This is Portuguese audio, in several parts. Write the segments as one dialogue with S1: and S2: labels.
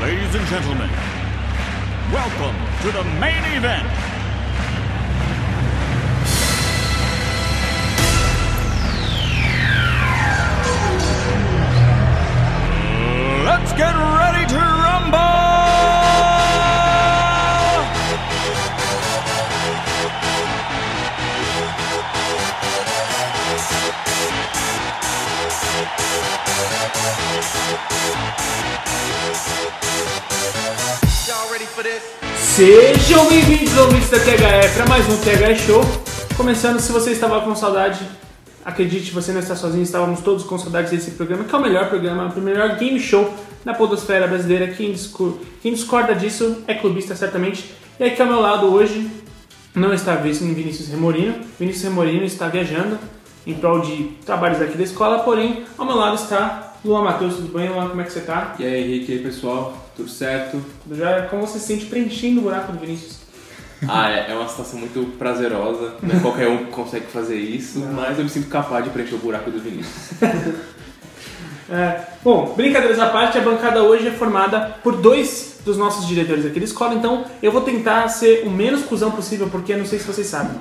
S1: Ladies and gentlemen, welcome to the main event. Let's get ready to rumble!
S2: Y'all ready for this?
S3: Sejam bem-vindos ao Mix da THE para mais um THE Show. Começando, se você estava com saudade, acredite, você não está sozinho, estávamos todos com saudade desse programa, que é o melhor programa, o melhor game show da podosfera brasileira. Quem, discu- quem discorda disso é clubista, certamente. E aqui ao meu lado hoje não está Vin- Vinícius Remorino. Vinícius Remorino está viajando em prol de trabalhos aqui da escola, porém, ao meu lado está Luan Matheus. Tudo bem, Luan? Como é que você está?
S4: E aí, Henrique, e aí, pessoal? Tudo certo?
S3: Tudo jóia? Como você se sente preenchendo o buraco do Vinícius?
S4: Ah, é, é uma situação muito prazerosa. Não é qualquer um que consegue fazer isso, mas eu me sinto capaz de preencher o buraco do Vinícius.
S3: É, bom, brincadeiras à parte, a bancada hoje é formada por dois dos nossos diretores aqui da escola, então eu vou tentar ser o menos cuzão possível, porque eu não sei se vocês sabem.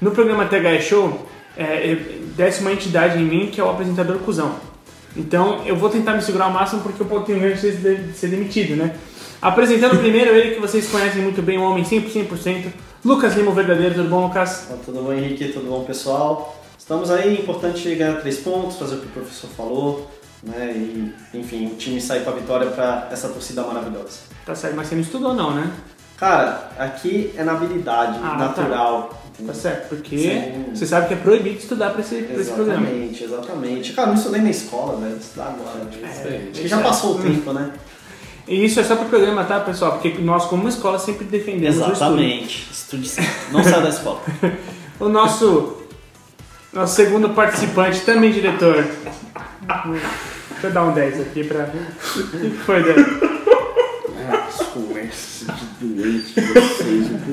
S3: No programa THE Show, é, é, desce uma entidade em mim que é o apresentador cuzão. Então eu vou tentar me segurar ao máximo porque eu tenho medo de ser, de ser demitido, né? Apresentando primeiro ele que vocês conhecem muito bem, um homem 100%, 100%, Lucas Lima, o verdadeiro, tudo bom, Lucas?
S5: Então, Tudo bom, Henrique? Tudo bom, pessoal? Estamos aí, importante ganhar três pontos, fazer o que o professor falou, né? E, enfim, o time sair com a vitória para essa torcida maravilhosa.
S3: Tá certo, mas você não estudou não, né?
S5: Cara, aqui é na habilidade,
S3: Ah,
S5: natural.
S3: Tá
S5: entendeu?
S3: certo, porque
S5: Sim.
S3: você sabe que é proibido estudar pra esse, pra Tá esse programa.
S5: Exatamente, exatamente. Cara, não estudei na escola, velho. Estudar agora. Tipo,
S4: É,
S5: acho que já passou o tempo, né?
S3: E isso é só pro programa, tá, pessoal? Porque nós, como escola, sempre defendemos
S5: um Estude Não sai da escola.
S3: o estudo. O nosso, nosso segundo participante, também diretor. Deixa eu dar um 10 aqui pra. O que foi, 10?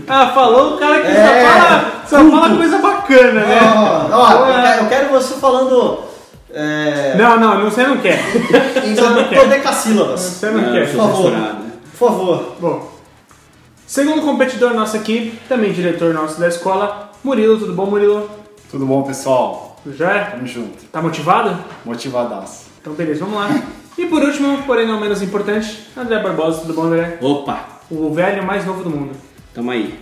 S3: Ah, falou o cara que
S5: É.
S3: só, fala, só fala coisa bacana, né?
S5: Ó, ó, eu
S3: Ué.
S5: quero- eu quero você falando. É,
S3: Não, não, não, você não quer.
S5: em dodecassílabas.
S3: Você não, quer.
S5: Por favor. Por favor.
S3: Bom, segundo competidor nosso aqui, também diretor nosso da escola, Murilo. Tudo bom, Murilo?
S6: Tudo bom, pessoal?
S3: Tudo jóia?
S6: Tamo junto.
S3: Tá motivado?
S6: Motivadaço.
S3: Então, beleza, vamos lá. E por último, porém não menos importante, André Barbosa, tudo bom, André?
S7: Opa,
S3: O velho mais novo do mundo.
S7: tamo aí.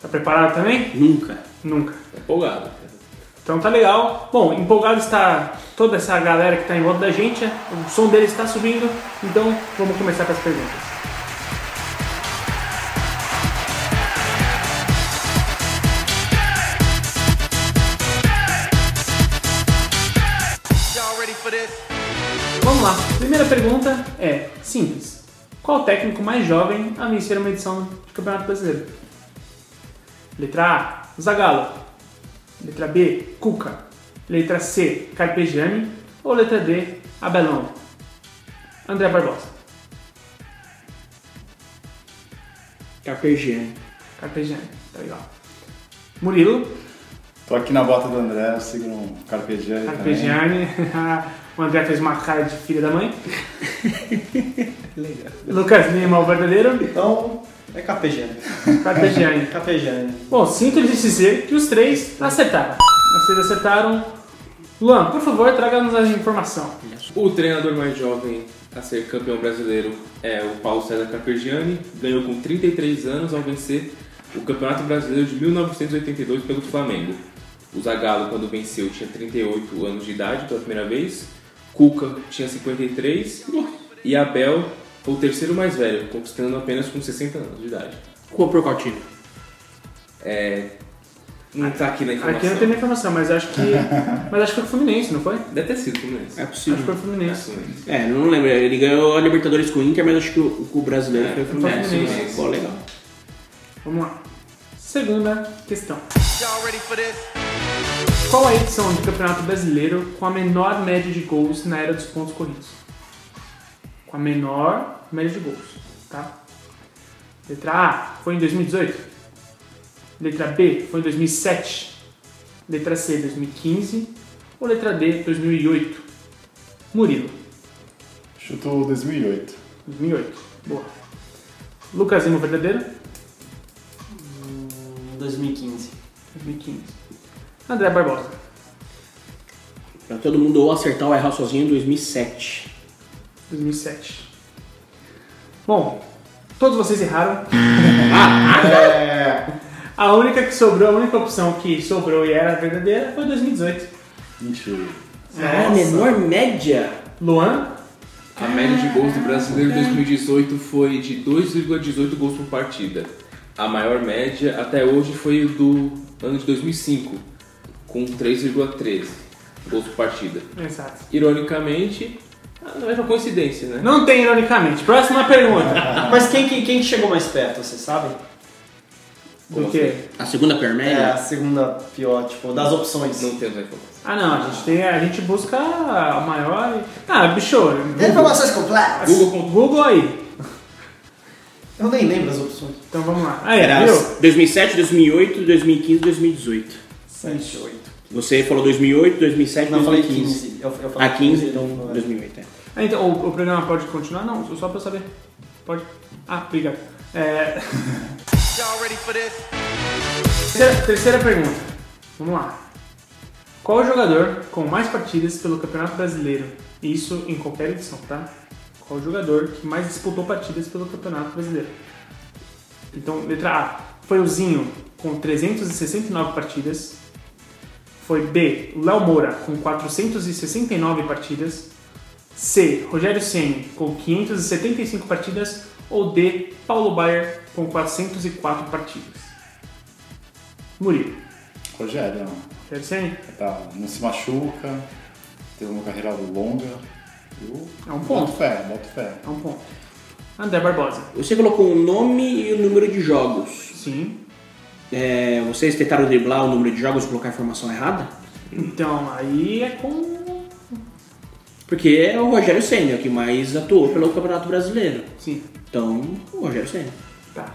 S3: Tá preparado também?
S7: Nunca.
S3: Nunca.
S4: Empolgado.
S3: Então tá legal. Bom, empolgado está toda essa galera que tá em volta da gente, né? o som dele está subindo, então vamos começar com as perguntas.
S2: Y'all ready for this?
S3: Vamos lá. Primeira pergunta é simples. Qual o técnico mais jovem a vencer uma edição de Campeonato Brasileiro? Letra A, Zagallo. Letra B, Cuca. Letra C, Carpegiani. Ou letra D, Abelão? André Barbosa.
S7: Carpegiani.
S3: Carpegiani, tá legal. Murilo,
S6: Tô aqui na bota do André, eu sigo um Carpegiani também.
S3: Carpegiani. o André fez uma cara de filha da mãe.
S5: Legal.
S3: Lucas Lima, o verdadeiro.
S5: Então, é Carpegiani.
S3: Carpegiani.
S5: Carpegiani.
S3: Bom, sinto lhes dizer que os três acertaram. Vocês acertaram. Luan, por favor, traga-nos a informação.
S4: O treinador mais jovem a ser campeão brasileiro é o Paulo César Carpegiani. Ganhou com 33 anos ao vencer o Campeonato Brasileiro de 1982 pelo Flamengo. O Zagallo, quando venceu, tinha 38 anos de idade pela primeira vez. Cuca tinha 53. E Abel foi o terceiro mais velho, conquistando apenas com 60 anos de idade.
S7: Comprou qual time?
S4: É... Não tá aqui na
S3: Aqui eu não tenho
S4: informação.
S3: nem informação, mas acho que. mas acho que foi o Fluminense, não foi? Acho
S4: Deve ter sido né? Fluminense.
S7: É
S3: que
S7: possível.
S3: foi o Fluminense.
S4: Fluminense.
S7: É, não lembro. Ele ganhou a Libertadores com o Inter, mas acho que o, o
S5: É,
S7: brasileiro foi o Fluminense.
S3: foi o
S4: Fluminense.
S7: Pô, legal.
S3: Vamos lá. Segunda questão.
S2: Y'all ready for this?
S3: Qual a edição do Campeonato Brasileiro com a menor média de gols na era dos pontos corridos? Com a menor média de gols, tá? Letra A foi em 2018. Letra B foi em 2007. Letra C 2015 ou letra D 2008? Murilo,
S6: Chutou 2008.
S3: 2008. Boa. Lucas Lima, verdadeiro?
S5: Hum, 2015.
S3: 2015. André Barbosa.
S7: Pra todo mundo ou acertar ou errar sozinho em 2007.
S3: 2007. Bom, todos vocês erraram. É. a única que sobrou, a única opção que sobrou e era verdadeira foi 2018.
S6: Mentira.
S7: Ah, menor média.
S3: Luan,
S4: A média de gols do brasileiro em 2018 foi de 2,18 gols por partida. A maior média até hoje foi o do ano de 2005, com 3,13 gols por partida.
S3: exato.
S4: Ironicamente, ah, não é uma coincidência, né?
S3: Não tem ironicamente. Próxima pergunta.
S5: Ah. Mas quem, que- quem que chegou mais perto, vocês sabem?
S3: Do quê?
S7: A segunda pior
S5: É a
S7: média?
S5: segunda pior, tipo, das opções.
S4: Não temos a informação.
S3: Ah não, a gente tem. A gente busca a maior. Ah, bicho. Google,
S5: Informações completas!
S4: Google.com.
S3: Google aí.
S5: Eu nem lembro as opções.
S3: Então vamos lá. Aí,
S7: Era
S3: viu?
S7: 2007, 2008, 2015, 2018.
S5: 108.
S7: Você falou 2008, 2007,
S5: Não, eu falei
S7: 2015.
S5: 15. Eu, eu falei
S7: A 15, então
S5: não é.
S7: 2008. É.
S3: Ah, então, o, o programa pode continuar? Não, só pra eu saber. Pode. Ah, obrigado. É,
S2: Y'all ready for this?
S3: terceira, terceira pergunta. Vamos lá. Qual o jogador com mais partidas pelo Campeonato Brasileiro? Isso em qualquer edição, tá? Qual o jogador que mais disputou partidas pelo Campeonato Brasileiro? Então, letra A. Foi o Zinho com 369 partidas. Foi B. o Léo Moura com 469 partidas. C. Rogério Ceni com 575 partidas. Ou D. Paulo Baier com 404 partidas. Murilo.
S6: Rogério, não.
S3: Rogério Ceni
S6: né? Tá, não se machuca, teve uma carreira longa. Eu
S3: é um
S6: boto
S3: ponto.
S6: fé, boto fé.
S3: É um ponto. André Barbosa.
S7: Você colocou o nome e o número de jogos.
S3: Sim.
S7: É, vocês tentaram driblar o número de jogos e colocar a informação errada?
S3: Então, aí é com.
S7: Porque é o Rogério Senna que mais atuou pelo Campeonato Brasileiro.
S3: Sim.
S7: Então, o Rogério Senna.
S3: Tá.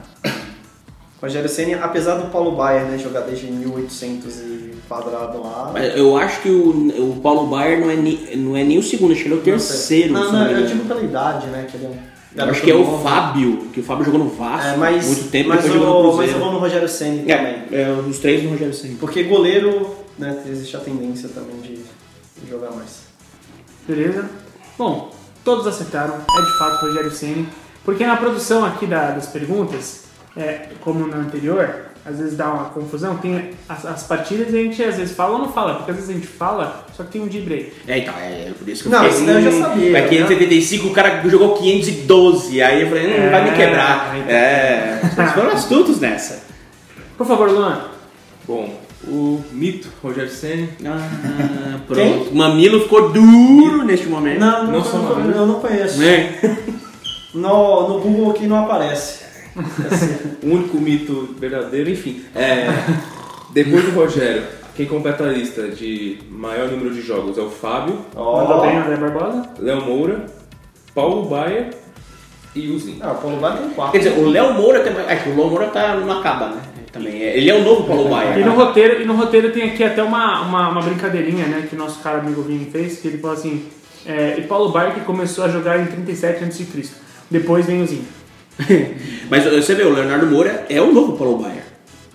S5: Rogério Ceni, apesar do Paulo Baier né, jogar desde 1800 e quadrado lá.
S7: Mas é Eu acho que o, o Paulo Baier não é, ni- não é nem o segundo, acho que ele é o
S5: sei.
S7: terceiro. se
S5: Não, não,
S7: não é me
S5: eu
S7: engano.
S5: digo pela idade, né? Que ele é um
S7: Eu
S5: garoto
S7: acho que é o
S5: novo.
S7: Fábio, que o Fábio jogou no Vasco
S5: É, mas,
S7: muito tempo
S5: mas,
S7: depois
S5: eu,
S7: jogou no
S5: mas eu
S7: Cruzeiro.
S5: vou no Rogério Ceni também.
S7: É, é, os três no Rogério Senna.
S5: Porque goleiro, né, existe a tendência também de jogar mais.
S3: Beleza? Bom, todos acertaram, é de fato Rogério Ceni, porque na produção aqui da- das perguntas, é, como na anterior, às vezes dá uma confusão, tem as, as partidas e a gente às vezes fala ou não fala, porque às vezes a gente fala, só que tem um de break.
S7: É, então, é por isso que eu
S5: Não,
S7: fiquei, "Hum,
S5: isso daí eu já sabia,
S7: Mas
S5: né?
S7: 585, o cara jogou 512. Aí eu falei, não,
S3: É,
S7: vai me quebrar.
S3: então.
S7: É, vocês foram astutos nessa.
S3: Por favor, Luan,
S4: Bom, o mito Rogério Senna
S7: Ah, É.
S5: Quem?
S7: pronto. O mamilo ficou duro neste momento.
S5: Não, não,
S4: Não
S5: eu
S4: sou
S5: não,
S4: maluco.
S5: eu não conheço.
S7: Né?
S5: No, no Google aqui não aparece.
S4: O único mito verdadeiro, enfim. É, depois do Rogério, quem completa a lista de maior número de jogos é o Fábio,
S3: manda
S5: Ó.
S3: bem, André Barbosa.
S4: Léo Moura, Paulo Baier e o Zinho.
S5: Ah, o Paulo Baier tem
S7: Quer
S5: quatro.
S7: dizer, o Léo Moura também. É que o Léo Moura tá, não acaba, né? Também. é- Ele é o novo Paulo Baier.
S3: E no roteiro, e no roteiro tem aqui até uma, uma, uma brincadeirinha, né, que o nosso cara amigo Vini fez, que ele falou assim, é, e Paulo Baier que começou a jogar em 37 a.C., depois vem o Zinho.
S7: Mas eh, você vê, o Leonardo Moura é o novo Paulo Baier.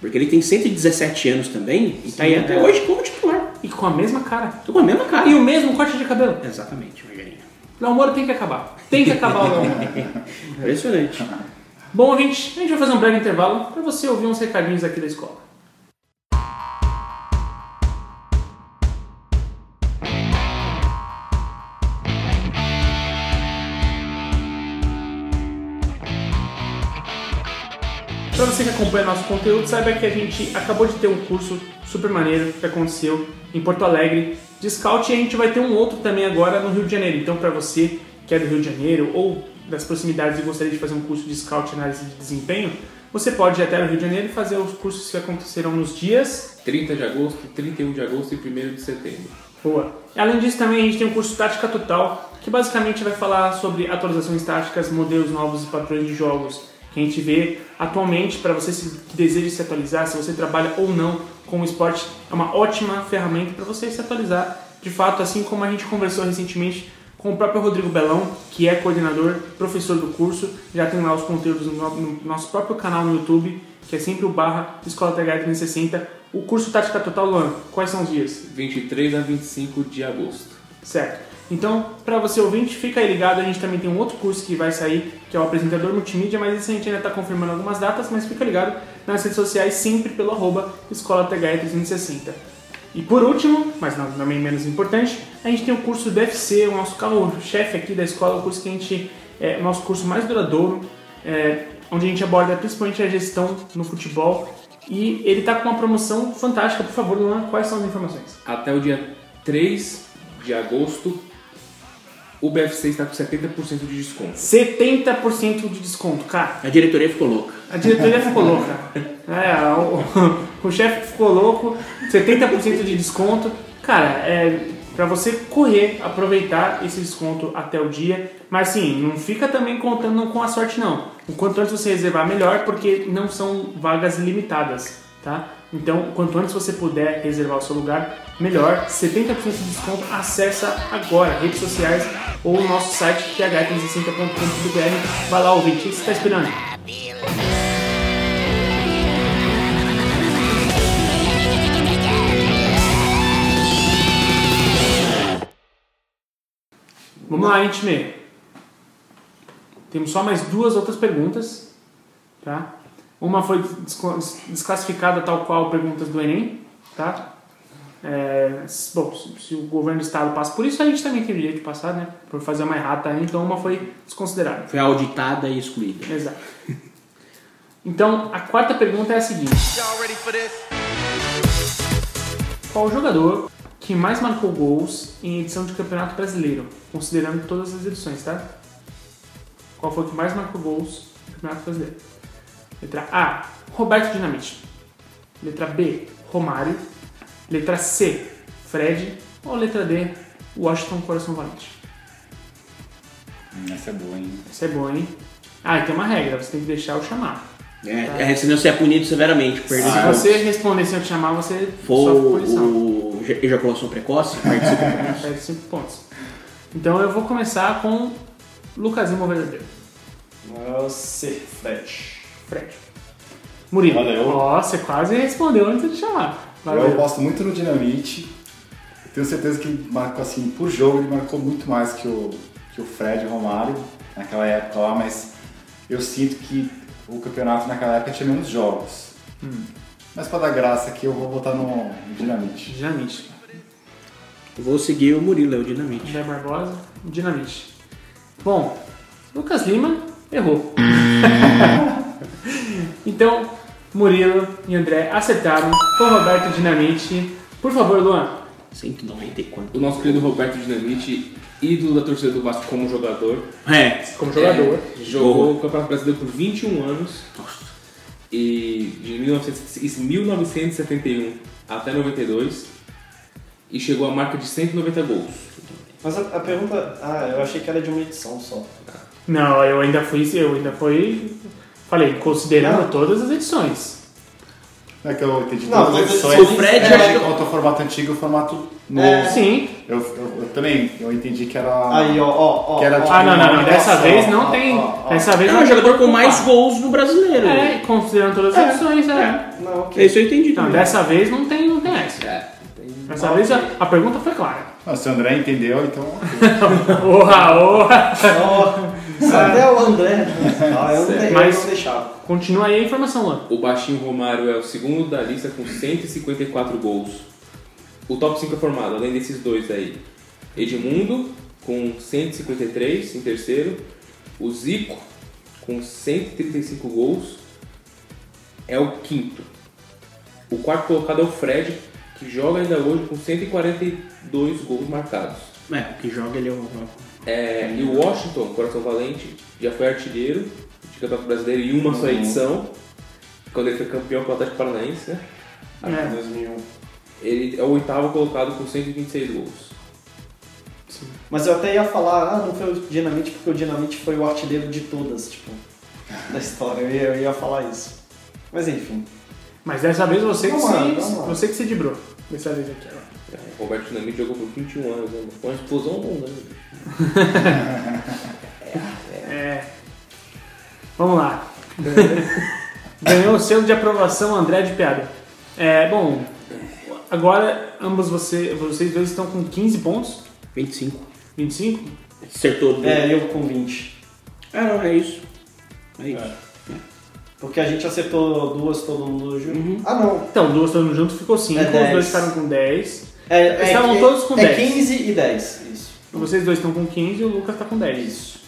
S7: Porque ele tem 117 anos também e tá aí
S3: é.
S7: até hoje como titular.
S3: E com a mesma cara.
S7: Tô com a mesma cara.
S3: E o mesmo corte de cabelo.
S7: Exatamente, Rogerinho.
S3: Léo Moura tem que acabar. Tem que acabar o Léo Moura.
S7: Impressionante.
S3: Bom, ouvinte, a gente vai fazer um breve intervalo para você ouvir uns recadinhos aqui da escola. Para você que acompanha nosso conteúdo, saiba que a gente acabou de ter um curso super maneiro que aconteceu em Porto Alegre de scout e a gente vai ter um outro também agora no Rio de Janeiro. Então, para você que é do Rio de Janeiro ou das proximidades e gostaria de fazer um curso de scout e análise de desempenho, você pode ir até o Rio de Janeiro e fazer os cursos que acontecerão nos dias
S4: 30 de agosto, 31 de agosto e 1 de setembro.
S3: Boa. Além disso, também a gente tem um curso Tática Total, que basicamente vai falar sobre atualizações táticas, modelos novos e padrões de jogos que a gente vê atualmente para você se- que deseja se atualizar, se você trabalha ou não com o esporte, é uma ótima ferramenta para você se atualizar. De fato, assim como a gente conversou recentemente com o próprio Rodrigo Belão, que é coordenador, professor do curso, já tem lá os conteúdos no, no nosso próprio canal no YouTube, que é sempre o barra Escola TH 360. O curso Tática Total, Luan, quais são os dias?
S4: 23 a 25 de agosto.
S3: Certo. Então, para você ouvinte, fica aí ligado, a gente também tem um outro curso que vai sair, que é o apresentador multimídia, mas isso a gente ainda está confirmando algumas datas, mas fica ligado nas redes sociais, sempre pelo arroba Escola THE 360. E por último, mas não também menos importante, a gente tem o curso DFC, o nosso carro-chefe aqui da escola, o curso que a gente. É, o nosso curso mais duradouro, é, onde a gente aborda principalmente a gestão no futebol. E ele está com uma promoção fantástica, por favor, Luan, quais são as informações?
S4: Até o dia 3 de agosto, o BFC está com 70% de desconto.
S3: 70% de desconto, cara.
S7: A diretoria ficou louca.
S3: A diretoria ficou louca. É, o, o chefe ficou louco, 70% de desconto. Cara, é para você correr, aproveitar esse desconto até o dia. Mas sim, não fica também contando com a sorte não. O quanto antes você reservar, melhor, porque não são vagas limitadas, tá? Então, quanto antes você puder reservar o seu lugar, melhor. 70% de desconto, acessa agora, redes sociais ou o nosso site, th360.com.br. Vai lá, ouvinte, o que você está esperando? Vamos lá, Intime. Temos só mais duas outras perguntas, tá? Uma foi desco- desclassificada tal qual perguntas do Enem, tá? É, s- bom, se se o governo do estado passa por isso, a gente também tem o direito de passar, né? Por fazer uma errata, aí, então uma foi desconsiderada.
S7: Foi auditada e excluída.
S3: Exato. Então, a quarta pergunta é a seguinte.
S2: Y'all ready for this?
S3: Qual o jogador que mais marcou gols em edição de campeonato brasileiro? Considerando todas as edições, tá? Qual foi o que mais marcou gols no campeonato brasileiro? Letra A, Roberto Dinamite. Letra B, Romário. Letra C, Fred. Ou letra D, Washington Coração Valente.
S6: Hum, Essa é boa, hein?
S3: Isso é bom, hein? Ah, e tem uma regra, você tem que deixar eu chamar. Tá.
S7: É, é, senão você é punido severamente. por
S3: Se
S6: Ah,
S7: Perder
S3: você responder sem eu te chamar, você
S7: for
S3: sofre Ah, punição.
S7: o eja- ejaculação precoce, participa.
S3: Perde 5 pontos. Então eu vou começar com Lucasinho Verdadeiro.
S5: Nossa, Fred.
S3: Fred. Murilo.
S6: Valeu.
S3: Nossa, você quase respondeu antes de chamar.
S6: Eu
S3: Valeu.
S6: gosto muito do Dinamite. Eu Tenho certeza que marcou assim, por jogo, ele marcou muito mais que o, que o Fred Romário naquela época lá, mas eu sinto que o campeonato naquela época tinha menos jogos. Mas pra dar graça aqui eu vou botar no, no Dinamite.
S3: Dinamite.
S7: Eu vou seguir o Murilo, é o Dinamite.
S3: André Barbosa. Dinamite. Bom, Lucas Lima errou. então, Murilo e André acertaram com Roberto Dinamite. Por favor, Luan.
S7: 194.
S4: O nosso querido Roberto Dinamite, ídolo da torcida do Vasco como jogador.
S7: É.
S3: Como
S4: É, jogou o Campeonato Brasileiro por 21 anos. E de 1900 1971 até 92. E chegou à marca de 190 gols.
S5: Mas a, a pergunta. Ah, eu achei que era de uma edição só.
S3: Não, eu ainda fui, eu ainda fui. Falei, considerando
S5: Não.
S3: todas as edições.
S6: Não é que eu entendi
S5: Não,
S6: todas as
S5: mas
S6: edições.
S5: o
S7: Fred,
S6: eu
S7: eu
S6: achei
S7: acho
S6: que
S7: que-
S6: conta o formato antigo e o formato novo.
S3: Sim.
S6: Eu, eu- eu também, eu entendi que era.
S5: É. Aí, ó, ó, ó.
S6: Que era
S5: ó.
S6: tipo-
S3: Ah, não, não, não.
S6: Nossa,
S3: Dessa vez não
S5: ó,
S3: tem.
S5: ó, ó.
S3: Dessa vez
S7: É
S3: não
S7: o
S3: tem
S7: jogador com
S3: culpa.
S7: mais gols no brasileiro.
S3: É, considerando todas as opções, é.
S5: Não, ok.
S7: É isso eu entendi
S3: Então,
S7: também.
S3: dessa vez não tem, não tem essa. Dessa vez a, a pergunta foi clara.
S6: Não, se o André entendeu, então.
S3: Orra, orra!
S5: Ó, isso é- até o André. Ah, eu não, eu
S3: Mas-
S5: não deixava.
S3: Continua aí a informação, Luan.
S4: O baixinho Romário é o segundo da lista com 154 gols. O top 5 é formado, além desses dois aí. Edmundo com 153 em terceiro. O Zico com 135 gols é o quinto. O quarto colocado é o Fred, que joga ainda hoje com 142 gols marcados.
S7: É, o que joga ele é o.
S4: É, e o Washington, coração valente, já foi artilheiro de Campeonato Brasileiro em uma só edição, quando ele foi campeão pelo Atlético Paranaense, né?
S3: É.
S5: 2001.
S4: Ele é o oitavo colocado com 126 gols.
S5: Mas eu até ia falar, ah, não foi o Dinamite porque o Dinamite foi o artilheiro de todas, tipo, da história. Eu ia, eu ia falar isso. Mas enfim.
S3: Mas dessa vez você que,
S5: Vamos lá,
S3: se,
S5: vamos lá.
S3: você que se dibrou. Dessa vez aqui, ó.
S4: É, O Roberto Dinamite jogou por 21 anos, né? Foi uma explosão né? bombando, bicho.
S3: É. Vamos lá. Ganhou o selo de aprovação André de Piada. É, bom, agora ambos você, vocês dois estão com 15 pontos,
S7: 25.
S3: 25?
S7: Acertou. né?
S5: É, eu com 20.
S7: Ah, não, é isso. É isso.
S5: Porque a gente acertou duas, todo mundo junto.
S6: Ah, não.
S3: Então, duas estão juntos, ficou 5,
S5: É
S3: os dois
S5: 10.
S3: ficaram com 10.
S5: É,
S3: Estavam
S5: que-
S3: todos com
S5: é
S3: 10.
S5: 15 e 10, isso.
S3: Vocês dois estão com 15 e o Lucas tá com 10.
S5: Isso.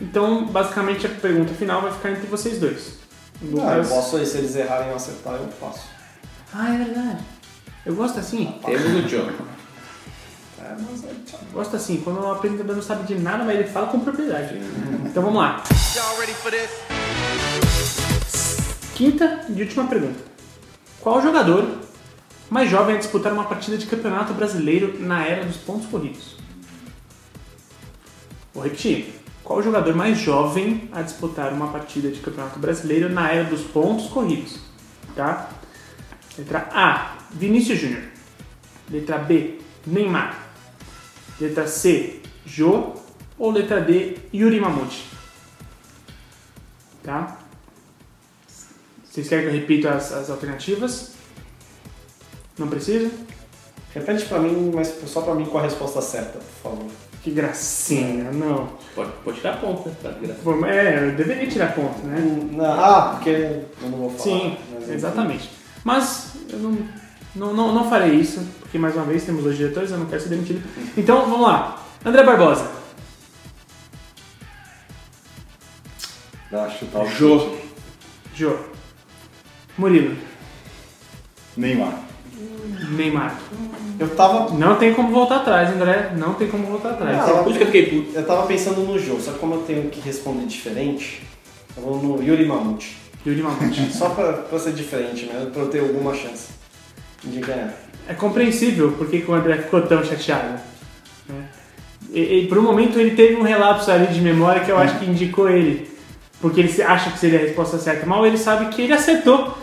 S3: Então, basicamente, a pergunta final vai ficar entre vocês dois. O
S5: Ah, eu
S3: Lucas-
S5: posso aí, se eles errarem ou acertar, eu faço.
S3: Ah, é verdade. Eu gosto assim.
S4: Temos o John.
S5: É, mas é tchau.
S3: Eu gosto assim. Quando o apresentador não sabe de nada, mas ele fala com propriedade. Então, vamos lá.
S2: Y'all ready for this?
S3: Quinta e última pergunta. Qual jogador mais jovem a disputar uma partida de campeonato brasileiro na era dos pontos corridos? Vou repetir. Qual jogador mais jovem a disputar uma partida de campeonato brasileiro na era dos pontos corridos? Tá? Letra A, Vinícius Júnior. Letra B, Neymar. Letra C, Jô. Ou letra D, Yuri Mamute. Tá? Vocês querem que eu repita as, as alternativas? Não precisa?
S5: Repete pra mim, mas só pra mim com a resposta certa, por favor.
S3: Que gracinha, não.
S4: Pode, pode tirar ponto, né? Tá desgraçado.
S3: Bom, É, eu deveria tirar ponto, né?
S5: Não, ah, porque eu não vou falar.
S3: Sim,
S5: mas é. enfim.
S3: exatamente. Mas eu não, não, não, não farei isso, porque mais uma vez temos dois diretores, eu não quero ser demitido. Então, vamos lá. André Barbosa.
S6: Dá uma chutar o
S7: Jô.
S6: chute.
S3: Jô. Murilo.
S6: Neymar.
S3: Neymar.
S5: Eu tava,
S3: Não tem como voltar atrás, André. Não tem como voltar atrás.
S5: Ah,
S7: Por isso que eu fiquei puto.
S5: eu tava pensando no jogo, só que como eu tenho que responder diferente, eu vou no Yuri Mamute.
S3: Yuri Mamute.
S5: Só pra, pra ser diferente, né? Pra eu ter alguma chance de ganhar.
S3: É compreensível por que que o André ficou tão chateado. né? E, e, por um momento ele teve um relapso ali de memória que eu acho que indicou ele. Porque ele se- acha que seria a resposta certa. Mal ele sabe que ele acertou.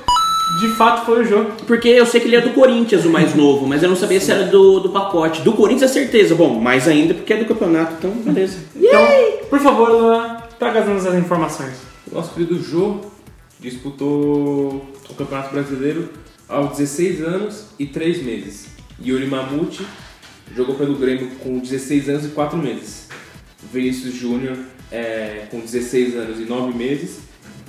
S3: De fato foi o jogo.
S7: Porque eu sei que ele é do Corinthians, o mais novo, mas eu não sabia se era do, do pacote. Do Corinthians é certeza. Bom, mais ainda porque é do campeonato, então beleza.
S3: Então, por favor, Luan, traga as as informações.
S4: O nosso querido Jô disputou o Campeonato Brasileiro aos 16 anos e 3 meses. Yuri Mamute jogou pelo Grêmio com 16 anos e 4 meses. Vinícius Júnior é, com 16 anos e 9 meses.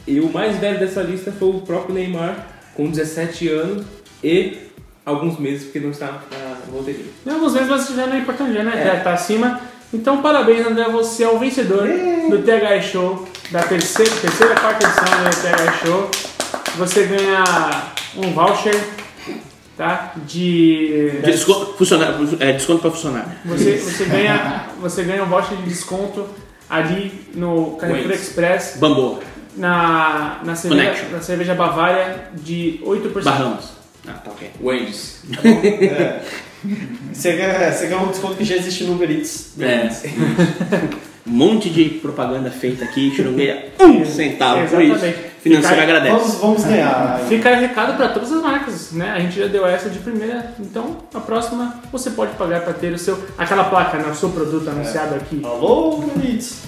S4: E o mais velho dessa lista foi o próprio Neymar, com 17 anos e alguns meses, porque não está na loteria.
S3: Não, alguns vezes, mas já não é importante, já, né? Já tá acima. Então, parabéns, André. Você é o vencedor do TH Show, da terceira, terceira quarta edição do TH Show. Você ganha um voucher, tá? De.
S7: De desconto, funcionário, Então, é, desconto pra funcionário.
S3: Você, você, ganha, você ganha um voucher de desconto ali no Carrefour
S4: Wings.
S3: Express,
S7: Bamboa.
S3: na, na, cerveja,
S7: Connection.
S3: na cerveja Bavária, de 8%.
S7: Barramos. Ah, tá ok.
S4: Wendy's.
S5: Tá É. Você ganha, você ganha um desconto que já existe no Uber Eats.
S7: É. um monte de propaganda feita aqui, a gente não ganha um centavo por isso.
S3: Exatamente.
S7: Financeiro
S3: Ficar-
S7: agradece.
S5: Vamos, vamos ganhar.
S3: Fica recado para todas as marcas, né? A gente já deu essa de primeira, então a próxima você pode pagar para ter o seu aquela placa, né? o seu produto anunciado aqui.
S5: Alô, Uber Eats.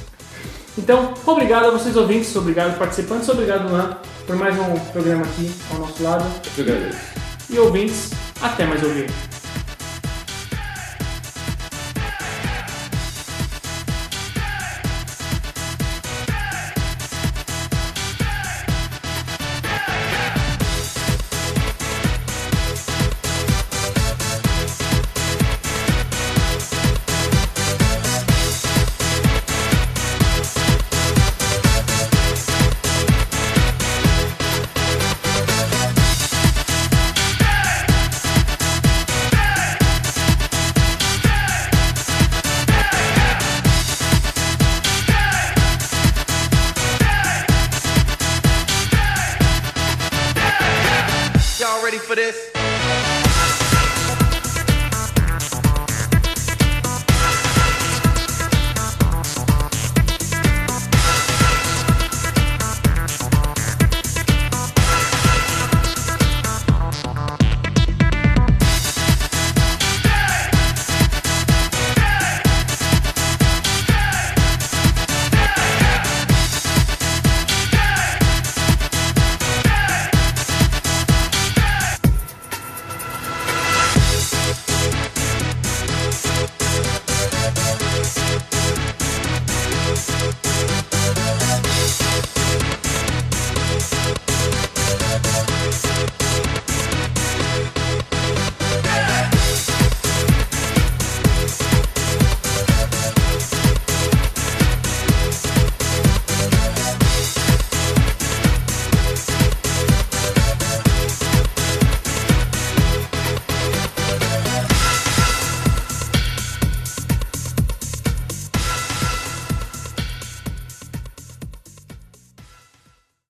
S3: Então, obrigado a vocês ouvintes, obrigado participantes, obrigado Luan por mais um programa aqui ao nosso lado
S4: Eu agradeço.
S3: e ouvintes, até mais ouvir.
S2: Y'all ready for this?